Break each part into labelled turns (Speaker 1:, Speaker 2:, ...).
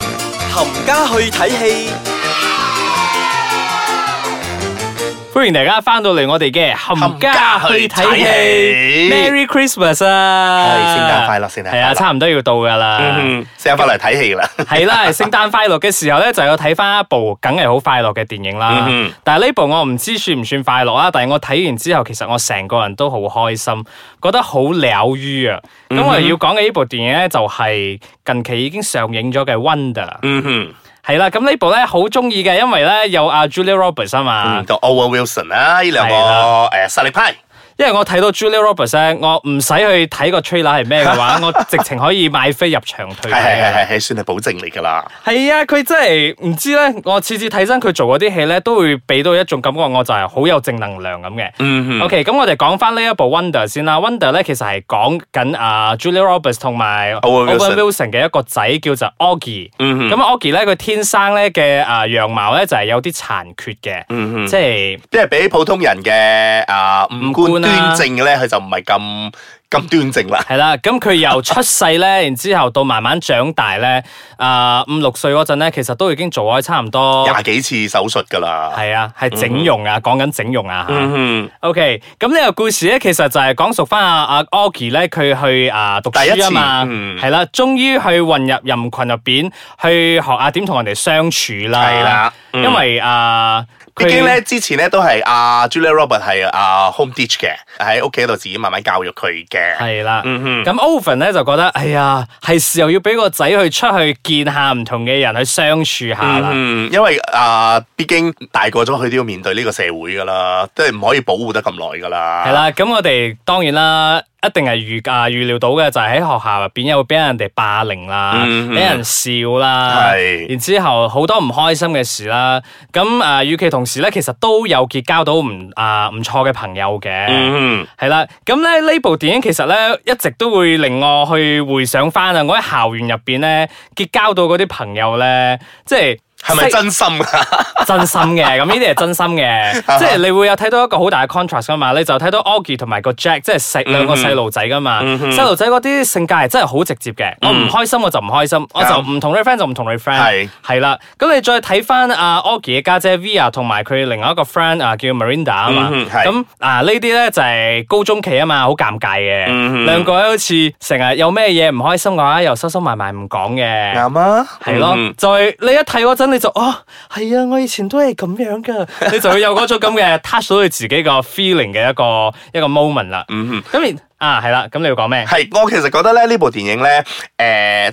Speaker 1: 冚家去睇戲，
Speaker 2: 歡迎大家翻到嚟我哋嘅冚家去睇戲。
Speaker 3: 戲，
Speaker 2: Merry Christmas 啊！
Speaker 3: 係聖誕快樂聖誕快樂
Speaker 2: 係啊，差唔多要到噶啦。
Speaker 3: 嗯，成日翻嚟睇戲啦。
Speaker 2: 係 啦，聖誕快樂嘅時候咧，就有睇翻一部梗係好快樂嘅電影啦。
Speaker 3: 嗯哼
Speaker 2: 但係呢部我唔知算唔算快樂啊啦，但係我睇完之後，其實我成個人都好開心，覺得好療愈啊。
Speaker 3: 嗯
Speaker 2: 咁我哋要講嘅呢部電影咧，就係近期已經上映咗嘅《Wonder》。
Speaker 3: 嗯哼，
Speaker 2: 係啦，咁呢部咧好中意嘅，因為咧有阿 Julia Roberts 啊嘛。
Speaker 3: 嗯，同 Owen Wilson 啦，呢兩個
Speaker 2: 係啦
Speaker 3: 誒實力派，
Speaker 2: 因為我睇到 Julia Roberts 咧，我唔使去睇個 trailer 係咩嘅 話，我直情可以買飛入場退
Speaker 3: 係係係
Speaker 2: 睇。
Speaker 3: 係係算係保證嚟㗎啦。
Speaker 2: 係啊，佢真係唔知咧，我次次睇真佢做嗰啲戲咧，都會俾到一種感覺，我就係好有正能量咁嘅。
Speaker 3: 嗯
Speaker 2: OK，咁我哋講翻呢一部 Wonder 先啦。Wonder 咧其實係講緊啊 Julia Roberts 同埋
Speaker 3: Owen Wilson
Speaker 2: Wilson 嘅一個仔叫做 Augie。
Speaker 3: 嗯
Speaker 2: 咁 Augie 咧佢天生咧嘅啊樣貌咧就係有啲殘缺嘅，
Speaker 3: 嗯
Speaker 2: 即係。
Speaker 3: 即係比普通人嘅啊五官
Speaker 2: 官啊
Speaker 3: 端正嘅咧，佢就唔係咁咁端正啦。
Speaker 2: 系啦，咁佢由出世咧， 然之後到慢慢長大咧，啊五六歲嗰陣咧，其實都已經做咗差唔多，
Speaker 3: 廿幾次手術㗎啦。
Speaker 2: 係啊，係整容啊，講緊整容啊吓。
Speaker 3: 嗯
Speaker 2: OK，咁呢個故事咧，其實就係講述翻阿阿啊 Augie 咧，佢去啊讀
Speaker 3: 第一
Speaker 2: 書啊
Speaker 3: 次
Speaker 2: 嘛，
Speaker 3: 嗯
Speaker 2: 係啦，終於去混入人群入邊，去學啊下點同人哋相處啦。
Speaker 3: 係啦嗯
Speaker 2: 因為啊，
Speaker 3: 畢
Speaker 2: 佢
Speaker 3: 竟咧，之前咧都係阿 Julia Roberts 係阿 home teach 嘅，喺屋企度自己慢慢教育佢嘅。
Speaker 2: 係啦，
Speaker 3: 嗯
Speaker 2: 咁 Oven 咧就覺得，哎呀，係時候要俾個仔去出去見下唔同嘅人，去相處下啦。
Speaker 3: 嗯，因為啊，畢竟大個咗，佢都要面對呢個社會噶啦，即係唔可以保護得咁耐噶啦。
Speaker 2: 係，啦，咁我哋當然啦，一定係預啊預料到嘅，就係喺學校入邊有俾人哋霸凌啦，俾、
Speaker 3: 嗯嗯
Speaker 2: 人笑啦，
Speaker 3: 係
Speaker 2: 然之後好多唔開心嘅事啦。咁啊，與其同時咧，其實都有結交到唔啊唔錯嘅朋友嘅。
Speaker 3: 嗯，
Speaker 2: 係啦，咁咧呢部電影其實咧一直都會令我去回想翻啊，我喺校園入邊咧結交到嗰啲朋友咧，即係
Speaker 3: 係咪
Speaker 2: 識
Speaker 3: 真心啊？
Speaker 2: 真心嘅，咁呢啲係真心 嘅，即係你會有睇到一個好大嘅 contrast 噶嘛，你就睇到 Augie 同埋個 Jack，即係細
Speaker 3: 嗯
Speaker 2: 兩個細路仔噶嘛，細路仔嗰啲性格係真係好直接嘅，我唔開心我就唔開心，我就唔同你 friend 就唔同你 friend，
Speaker 3: 嗯係
Speaker 2: 係啦，咁你再睇翻阿 Augie 嘅家姐 Via 同埋佢另外一個 friend 啊叫 Marinda 啊嘛，
Speaker 3: 嗯哼係
Speaker 2: 咁啊呢啲咧就係高中期啊嘛，好尷尬
Speaker 3: 嗯
Speaker 2: 嘅，兩個好似成日有咩嘢唔開心嘅話又收收埋埋唔講嘅。
Speaker 3: 啱啊，
Speaker 2: 係咯，
Speaker 3: 嗯
Speaker 2: 就係你一睇嗰陣你就哦，係啊，我以前都係咁樣 噶，你就會有嗰種咁嘅 touch 到你自己個 feeling 嘅一個一個 moment 啦。
Speaker 3: 嗯
Speaker 2: 咁然啊係啦，咁你要講咩？
Speaker 3: 係，我其實覺得咧呢部電影咧，誒、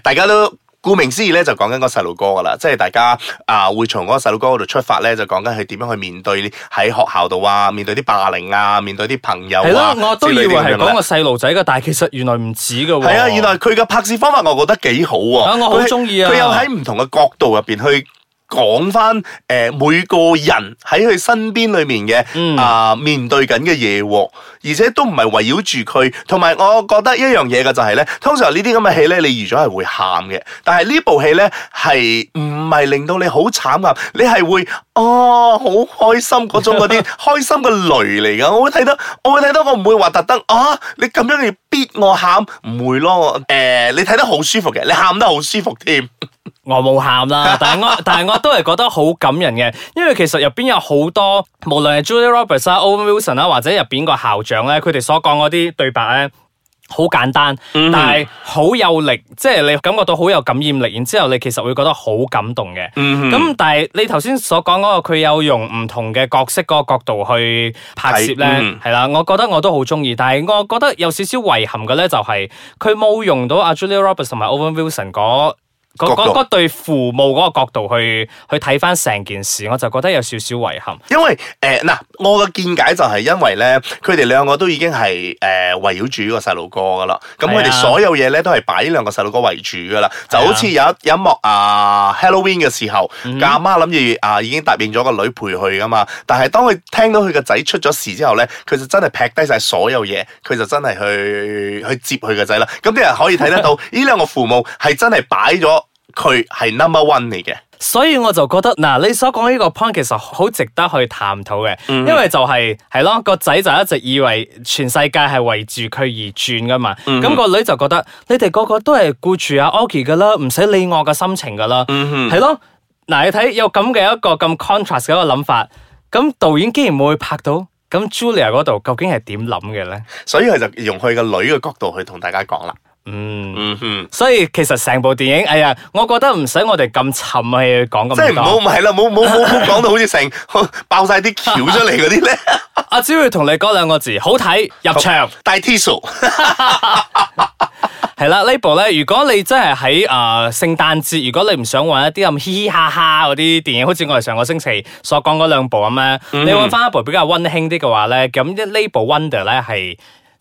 Speaker 3: 大家都顧名思義咧就講緊個細路哥噶啦，即係大家啊、會從嗰個細路哥嗰度出發咧，就講緊佢點樣去面對喺學校度啊，面對啲霸凌啊，面對啲朋友
Speaker 2: 係
Speaker 3: 啊，
Speaker 2: 咯，我都
Speaker 3: 之
Speaker 2: 以為
Speaker 3: 類啲咁
Speaker 2: 係
Speaker 3: 樣呢
Speaker 2: 講個細路仔噶，但係其實原來唔止噶喎。
Speaker 3: 係啊，原來佢嘅拍攝方法我覺得幾好喎、
Speaker 2: 啊我好
Speaker 3: 佢
Speaker 2: 鍾意啊
Speaker 3: 佢又喺唔同嘅角度入邊去。講翻誒每個人喺佢身邊裏面嘅啊、
Speaker 2: 嗯
Speaker 3: 面對緊嘅嘢喎，而且都唔係圍繞住佢，同埋我覺得一樣嘢嘅就係、呢，咧，通常呢啲咁嘅戲咧，你預咗係會喊嘅，但係呢部戲咧係唔係令到你好慘啊？你係會哦好開心嗰種嗰啲開心嘅淚嚟㗎，我會睇得，我會睇得，我唔會話特登啊，你咁樣你逼我喊，唔會咯，誒、你睇得好舒服嘅，你喊得好舒服添。
Speaker 2: 我冇喊 啦，但係我但係我都係覺得好感人嘅，因為其實入邊有好多，無論係 Julia Roberts 啊、Owen Wilson 啦，或者入邊個校長咧，佢哋所講嗰啲對白咧。好簡單，
Speaker 3: 嗯
Speaker 2: 但係好有力，即係你感覺到好有感染力，然之後你其實會覺得好感動嘅。咁、
Speaker 3: 嗯
Speaker 2: 但係你頭先所講嗰個，佢有用唔同嘅角色嗰個角度去拍攝
Speaker 3: 係
Speaker 2: 咧
Speaker 3: 嗯，
Speaker 2: 係啦、我覺得我都好中意，但係我覺得有少少遺憾嘅咧，就係佢冇用到阿 Julia Roberts 同埋 Owen Wilson 嗰嗰
Speaker 3: 角度
Speaker 2: 嗰嗰對父母嗰個角度去去睇翻成件事，我就覺得有少少遺憾。
Speaker 3: 因為誒嗱、我嘅見解就係因為咧，佢哋兩個都已經係誒、呃、圍繞住呢個細路哥噶啦，咁佢
Speaker 2: 係
Speaker 3: 哋
Speaker 2: 啊
Speaker 3: 所有嘢咧都係擺呢兩個細路哥為主噶啦，就好似有一有一幕啊 Halloween 嘅時候，
Speaker 2: 嗯
Speaker 3: 個阿媽諗住啊已經答應咗個女陪佢噶嘛，但係當佢聽到佢個仔出咗事之後咧，佢就真係劈低晒所有嘢，佢就真係去去接佢個仔 啦。咁啲人可以睇得到，呢兩個父母係真係擺咗佢係 number one 嚟嘅。
Speaker 2: 所以我就覺得嗱，你所講呢個 point 其實好值得去探討嘅，
Speaker 3: 嗯
Speaker 2: 因為就係係咯個仔就一直以為全世界係圍住佢而轉噶嘛，
Speaker 3: 嗯
Speaker 2: 咁、個女就覺得你哋個個都係顧住阿 Oki 噶啦，唔使理我嘅心情噶啦，
Speaker 3: 嗯
Speaker 2: 係咯、嗱你睇有咁嘅一個咁 contrast 嘅一個諗法，咁導演竟然冇去拍到，咁 Julia 嗰度究竟係點諗嘅咧？
Speaker 3: 所以佢就用佢個女嘅角度去同大家講啦。
Speaker 2: 嗯。
Speaker 3: 嗯哼，
Speaker 2: 所以其實成部電影，哎呀，我覺得唔使我哋咁沉去講咁
Speaker 3: 即係唔好
Speaker 2: 多。
Speaker 3: 唔係啦，冇冇冇冇講到好似成爆晒啲橋出嚟嗰啲 咧，
Speaker 2: 阿只會同你講兩個字，好睇入場
Speaker 3: 大 Tissue
Speaker 2: 係啦。呢部咧，如果你真係喺啊聖誕節，如果你唔想揾一啲咁嘻嘻哈哈嗰啲電影，好似我哋上個星期所講嗰兩部咁咧，
Speaker 3: 嗯
Speaker 2: 你揾翻一部比較温馨啲嘅話咧，咁呢部 Wonder 咧係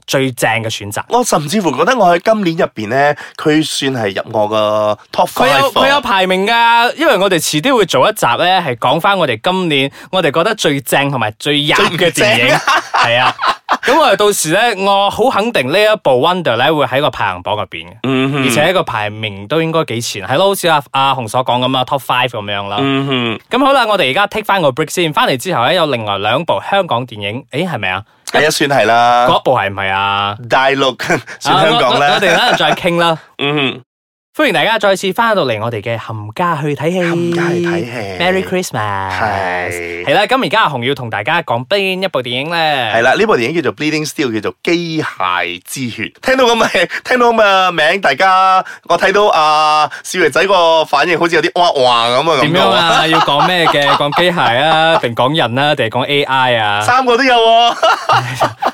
Speaker 2: 最正嘅選擇。
Speaker 3: 我甚至乎覺得我喺今年入邊咧，佢算係入我個 top
Speaker 2: 佢
Speaker 3: five
Speaker 2: 有佢有
Speaker 3: 喎。
Speaker 2: 排名噶，因為我哋遲啲會做一集咧，係講翻我哋今年我哋覺得最正同埋最入嘅電
Speaker 3: 最唔
Speaker 2: 影
Speaker 3: 正，
Speaker 2: 係啊。咁我哋到時咧，我好肯定呢一部 Wonder 咧會喺個排行榜入邊嘅，
Speaker 3: 嗯哼
Speaker 2: 而且個排名都應該幾前，係咯，好似阿阿紅所講咁啊，Top Five 咁樣啦。
Speaker 3: 嗯哼，
Speaker 2: 咁好啦，我哋而家 take 翻個 break 先，翻嚟之後咧有另外兩部香港電影，誒係咪啊？
Speaker 3: 係啊，算係啦。
Speaker 2: 嗰部係唔係啊？
Speaker 3: 大陸
Speaker 2: 啊
Speaker 3: 算香港
Speaker 2: 我我我哋
Speaker 3: 啦。
Speaker 2: 等陣再傾 啦。
Speaker 3: 嗯，
Speaker 2: 歡迎大家再次翻到嚟我哋嘅冚家去睇戲，
Speaker 3: 冚家去睇戲
Speaker 2: Merry Christmas，
Speaker 3: 係
Speaker 2: 係啦，咁而家阿紅要同大家講邊一部電影咧？
Speaker 3: 係啦，呢部電影叫做《Bleeding Steel》，叫做《機械之血》。聽到咁嘅， 聽到咁嘅名，大家我睇到阿少爺仔個反應，好似有啲哇哇咁啊
Speaker 2: 點
Speaker 3: 咁
Speaker 2: 樣
Speaker 3: 嘅
Speaker 2: 啊？要講咩 嘅？講機械啊，定講人啊，定係講 AI
Speaker 3: 喎，
Speaker 2: 啊？
Speaker 3: 三個都有喎。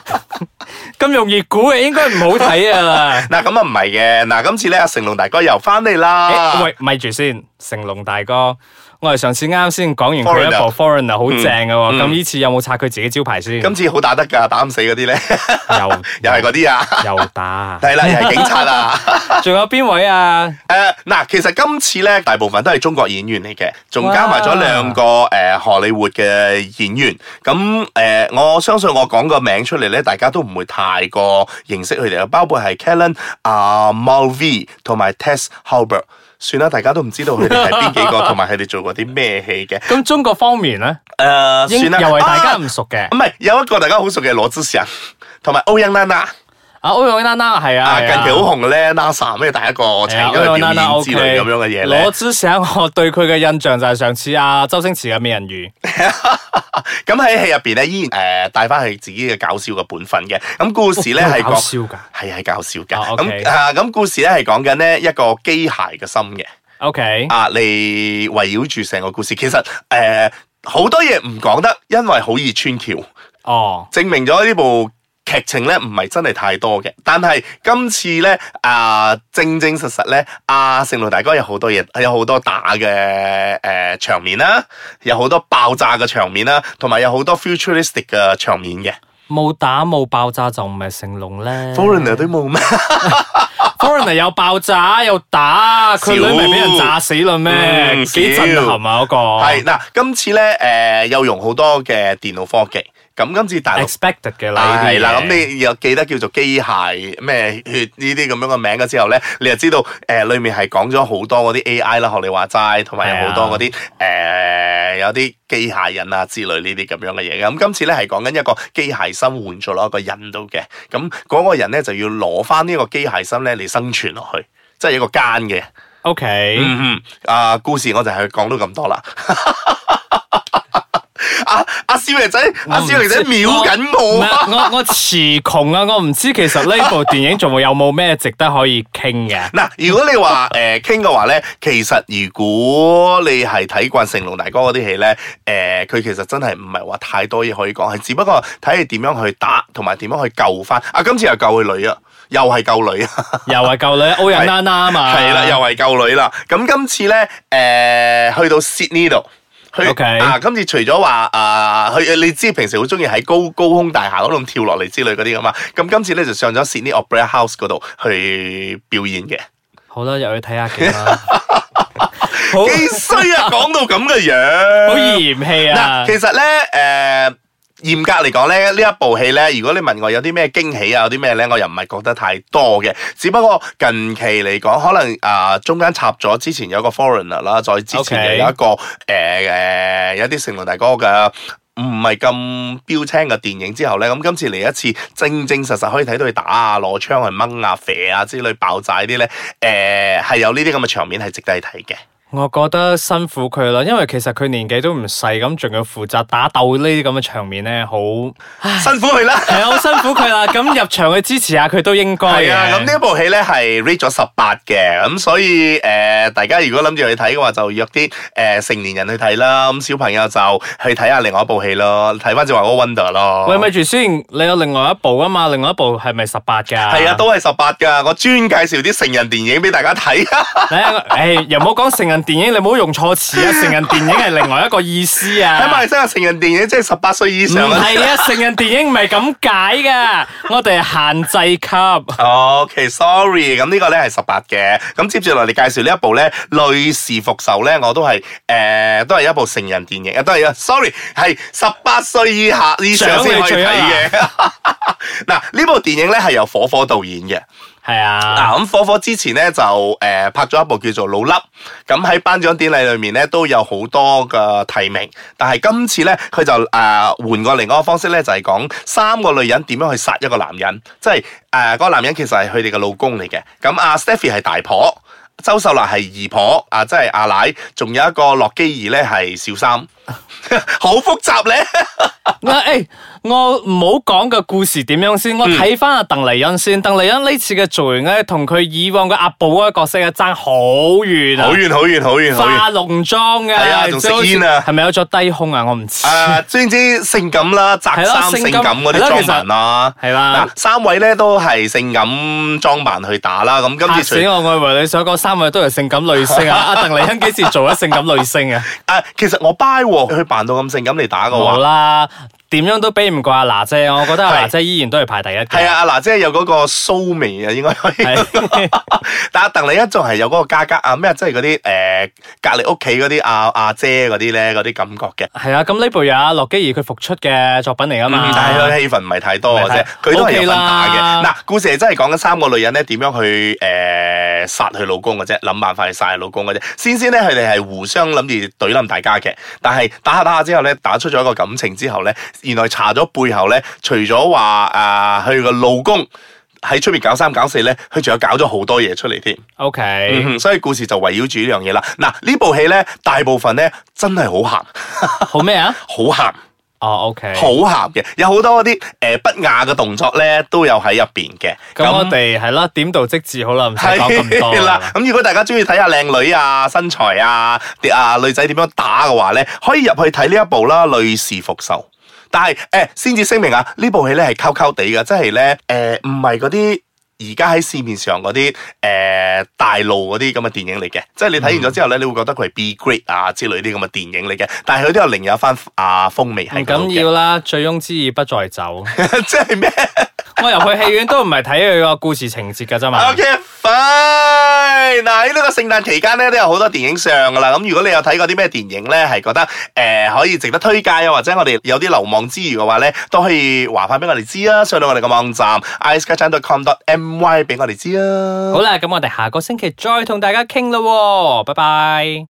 Speaker 2: 咁容易估嘅，應該唔好睇啊！
Speaker 3: 嗱咁啊唔係嘅，嗱今次咧阿成龍大哥又翻嚟啦
Speaker 2: 誒，。喂，咪住先，成龍大哥，我哋上次啱先講完佢一部 Foreigner 好
Speaker 3: 嗯
Speaker 2: 正嘅喎，咁呢次有冇拆佢自己招牌先？
Speaker 3: 今次好打得㗎，打唔死嗰啲咧，
Speaker 2: 又
Speaker 3: 又係嗰啲啊，
Speaker 2: 又 打，
Speaker 3: 係啦，又係警察啊。
Speaker 2: 仲有邊位啊？
Speaker 3: 誒嗱、其實今次咧大部分都係中國演員嚟嘅，仲加埋咗兩個誒、呃荷里活嘅演員。咁誒、呃我相信我講個名出嚟咧，大家都唔會太過認識佢哋啦。包括係 Kellen 啊、Mulvey 同埋 Tess Halbert。算啦，大家都唔知道佢哋係邊幾 個，同埋佢哋做過啲咩戲嘅。誒、
Speaker 2: 咁中國方面咧？英
Speaker 3: 啊算啦，
Speaker 2: 又係大家
Speaker 3: 啊
Speaker 2: 唔熟嘅
Speaker 3: 唔。係有一個大家好熟嘅羅志祥，同埋歐陽娜娜。
Speaker 2: 啊，歐陽娜娜係啊，
Speaker 3: 啊，近期好紅嘅咧，NASA 咩第一個請
Speaker 2: 係啊
Speaker 3: 咗
Speaker 2: 歐陽
Speaker 3: 去
Speaker 2: 娜
Speaker 3: 表
Speaker 2: 娜
Speaker 3: 演之類
Speaker 2: OK
Speaker 3: 咁樣嘅嘢咧
Speaker 2: 攞。之前我對佢嘅印象就係上次啊周星馳嘅美人魚，
Speaker 3: 咁喺戲入邊咧，依然誒帶翻佢自己嘅搞笑嘅本分嘅。咁故事咧
Speaker 2: 哦
Speaker 3: 係
Speaker 2: 搞
Speaker 3: 講
Speaker 2: 笑㗎
Speaker 3: 係係搞笑㗎。
Speaker 2: 哦，OK
Speaker 3: 咁啊咁故事咧係講緊咧一個機械嘅心嘅
Speaker 2: OK，
Speaker 3: 啊，你圍繞住成個故事，其實誒好多嘢唔講得，因為好易穿橋，
Speaker 2: 哦，
Speaker 3: 證明咗呢部。劇情咧唔係真係太多嘅，但係今次咧啊、正正實實咧，阿、成龍大哥有好多嘢，有好多打嘅誒、呃、場面啦，有好多爆炸嘅場面啦，同埋有好多 futuristic 嘅場面嘅。
Speaker 2: 冇打冇爆炸就唔係成龍咧
Speaker 3: Foreigner 都冇咩，
Speaker 2: Foreigner 有爆炸有打，佢女咪俾人炸死啦咩？
Speaker 3: 嗯
Speaker 2: 幾震撼啊嗰個，
Speaker 3: 係嗱，今次咧誒、呃又用好多嘅電腦科技，咁今次大陸
Speaker 2: expected 嘅啦，呢啲嘢
Speaker 3: 係啦，咁你又記得叫做機械咩血呢啲咁樣嘅名嘅之後咧，你就知道誒、呃、裡面係講咗好多嗰啲 AI 啦，學你話齋，同
Speaker 2: 啊
Speaker 3: 埋有好多嗰啲誒有啲機械人啊之類呢啲咁樣嘅嘢嘅。咁今次咧係講緊一個機械心換咗落一個人度嘅，咁嗰個人咧就要攞翻呢個機械心咧嚟生存落去，即係一個奸嘅。
Speaker 2: OK，
Speaker 3: 嗯嗯，啊故事我就係講到咁多啦。 阿阿少爺仔，阿少爺仔秒緊
Speaker 2: 唔
Speaker 3: 我啊！
Speaker 2: 係我我詞窮啊，我唔知其實呢部電影仲有冇咩值得可以傾 嘅。
Speaker 3: 嗱，如果你話誒傾嘅話咧，其實如果你係睇慣成龍大哥嗰啲戲咧，誒、佢其實真係唔係話太多嘢可以講，係只不過睇你點樣去打，同埋點樣去救翻。啊，今次又救佢女啊，又係救女啊，
Speaker 2: 又係救女歐陽娜娜啊嘛，
Speaker 3: 係啦，又係救女啦。咁今次咧，誒、去到 Sydney 度。去
Speaker 2: OK
Speaker 3: 啊！今次除咗話啊，去你知平時好中意喺高高空大廈嗰度跳落嚟之類嗰啲噶嘛，咁今次咧就上咗 Sydney Opera House 嗰度去表演嘅。
Speaker 2: 好啦，入去睇下幾 啦。好
Speaker 3: 幾衰啊！講到咁嘅樣，
Speaker 2: 好嫌棄啊
Speaker 3: 嗱，其！實咧，誒、嚴格嚟講咧，呢一部戲咧，如果你問我有啲咩驚喜啊，有啲咩咧，我又唔係覺得太多嘅。只不過近期嚟講，可能啊、中間插咗之前有一個 Foreigner 啦，再之
Speaker 2: OK
Speaker 3: 前又有一個誒誒、呃有一啲成龍大哥嘅。唔係咁標青嘅電影之後咧，咁今次嚟一次正正實實可以睇到佢打啊、攞槍去掹啊、射啊之類爆炸呢啲咧，誒、係有呢啲咁嘅場面係值得去睇嘅。
Speaker 2: 我覺得辛苦佢啦，因為其實佢年紀都唔細，咁仲要負責打鬥呢啲咁嘅場面咧，好
Speaker 3: 辛苦佢啦。
Speaker 2: 係啊，好辛苦佢啦。咁入場去支持下佢都應該嘅。
Speaker 3: 係啊，咁呢一部戲咧係 rate 咗十八嘅，咁所以誒、呃大家如果諗住去睇嘅話，就約啲誒、呃成年人去睇啦，咁小朋友就去睇下另外一部戲咯，睇翻《正話嗰個 Wonder》咯。
Speaker 2: 喂，咪住先，你有另外一部啊嘛？另外一部係咪十八㗎？
Speaker 3: 係啊，都係十八㗎，我專介紹啲成人電影俾大家睇。啊
Speaker 2: 誒，誒哎又唔好講成人電影，你唔好用錯詞 啊！成人電影係另外一個意思
Speaker 3: 喺馬
Speaker 2: 啊
Speaker 3: 來。西亞成人電影即係十八歲以
Speaker 2: 唔
Speaker 3: 上啊。
Speaker 2: 係啊，成人電影唔係咁解噶，我哋係限制級。
Speaker 3: OK，sorry，咁呢個咧係十八嘅，咁接住落嚟介紹呢一部咧《女士復仇》咧，我都係誒、呃都係一部成人電影，啊都係啊，sorry，係十八歲以下以上先可以睇嘅。嗱，呢部電影咧係由火火導演嘅。
Speaker 2: 係啊，
Speaker 3: 嗱，咁火火之前咧就誒、呃拍咗一部叫做《老笠》，咁喺頒獎典禮裏面咧都有好多嘅提名，但係今次咧佢就誒、呃、換過另外一個方式咧，就係、講三個女人點樣去殺一個男人，即係呃誒嗰個男人其實係佢哋嘅老公嚟嘅，咁阿 Stephy 係大婆。周秀娜係二婆，啊，即係阿奶，仲有一個洛基兒咧係小三， 好複雜咧。
Speaker 2: 嗱，誒，我唔好講個故事點樣
Speaker 3: 嗯
Speaker 2: 先，我睇翻阿鄧麗欣先。鄧麗欣呢次嘅造型咧，同佢以往嘅阿寶嗰個角色咧啊爭好遠啊
Speaker 3: 好，遠好遠好遠好遠。
Speaker 2: 化濃妝嘅，
Speaker 3: 係啊仲食煙啊
Speaker 2: 係咪有咗低胸啊？我唔知。
Speaker 3: 啊，總之性感啦、
Speaker 2: 係
Speaker 3: 宅
Speaker 2: 咯
Speaker 3: 衫
Speaker 2: 性
Speaker 3: 性
Speaker 2: 感
Speaker 3: 感嗰啲
Speaker 2: 係咯
Speaker 3: 裝
Speaker 2: 其實
Speaker 3: 扮啦，
Speaker 2: 係啦
Speaker 3: 嗱，三位咧都係性感裝扮去打啦。咁今
Speaker 2: 嚇
Speaker 3: 次除
Speaker 2: 死我！我以為你想講三位都係性感女星 啊！阿鄧麗欣幾時做咗性感女星啊？
Speaker 3: 啊，其實我 buy 喎，佢扮到咁性感嚟打嘅
Speaker 2: 冇啊
Speaker 3: 話，
Speaker 2: 啦，點樣都比唔過阿娜姐，我覺得阿
Speaker 3: 係
Speaker 2: 娜姐依然都係排第一嘅。
Speaker 3: 係啊，阿娜姐有嗰個騷味啊，應該可以。
Speaker 2: 係，
Speaker 3: 但阿鄧麗欣仲係有嗰個家家啊咩，即係嗰啲誒隔離屋企嗰啲阿啊阿姐嗰啲咧嗰啲感覺嘅。
Speaker 2: 係啊，咁呢部有阿洛基兒佢復出嘅作品嚟噶嘛
Speaker 3: 嗯，但係佢戲份唔係太多嘅啫，
Speaker 2: 唔係太
Speaker 3: 佢都係
Speaker 2: OK
Speaker 3: 有份
Speaker 2: 啦
Speaker 3: 打嘅。嗱，故事係真係講緊三個女人咧點樣去誒殺佢老公嘅啫，諗辦法去殺佢老公嘅啫。先先咧，佢哋係互相諗住懟冧大家嘅，但係打下打下之後咧，打出咗一個感情之後咧，原來查咗背後咧，除咗話啊佢個老公。喺出面搞三搞四咧，佢仲有搞咗好多嘢出嚟添，
Speaker 2: O K，
Speaker 3: 嗯所以故事就圍繞住呢樣嘢啦。嗱，呢部戲咧，大部分咧真係好
Speaker 2: 好咩啊？
Speaker 3: 鹹，好鹹。
Speaker 2: 哦，O K，
Speaker 3: 好鹹嘅，有好多嗰啲誒不雅嘅動作咧，都有喺入邊嘅。
Speaker 2: 咁我哋係啦，點到即止好啦，唔使講咁多
Speaker 3: 係啦
Speaker 2: 啦，。
Speaker 3: 咁如果大家中意睇下靚女啊、身材啊、啲啊女仔點樣打嘅話咧，可以入去睇呢一部啦，《女士復仇》。但係誒，呃先至聲明啊，呢部戲咧係溝溝地嘅，即係咧誒，唔係嗰啲。而家喺市面上嗰啲誒大路嗰啲咁嘅電影嚟嘅，即係你睇完
Speaker 2: 嗯
Speaker 3: 咗之後咧，你會覺得佢係 B grade 啊之類啲咁嘅電影嚟嘅，但係佢都有另有一番啊風味
Speaker 2: 唔
Speaker 3: 喺度嘅
Speaker 2: 緊要啦，醉翁之意不在酒。
Speaker 3: 即係咩？
Speaker 2: 我入去戲院都唔係睇佢個故事情節㗎啫嘛。
Speaker 3: O K fine，嗱喺呢個聖誕期間咧都有好多電影上噶啦，咁如果你有睇過啲咩電影咧，係覺得誒、呃可以值得推介啊，或者我哋有啲流亡之餘嘅話咧，都可以話翻俾我哋知啊，上到我哋嘅網站 i c e k a c h a n c o m m y 俾我哋知啊。
Speaker 2: 好啦，咁我哋下個星期再同大家傾啦喎，拜拜。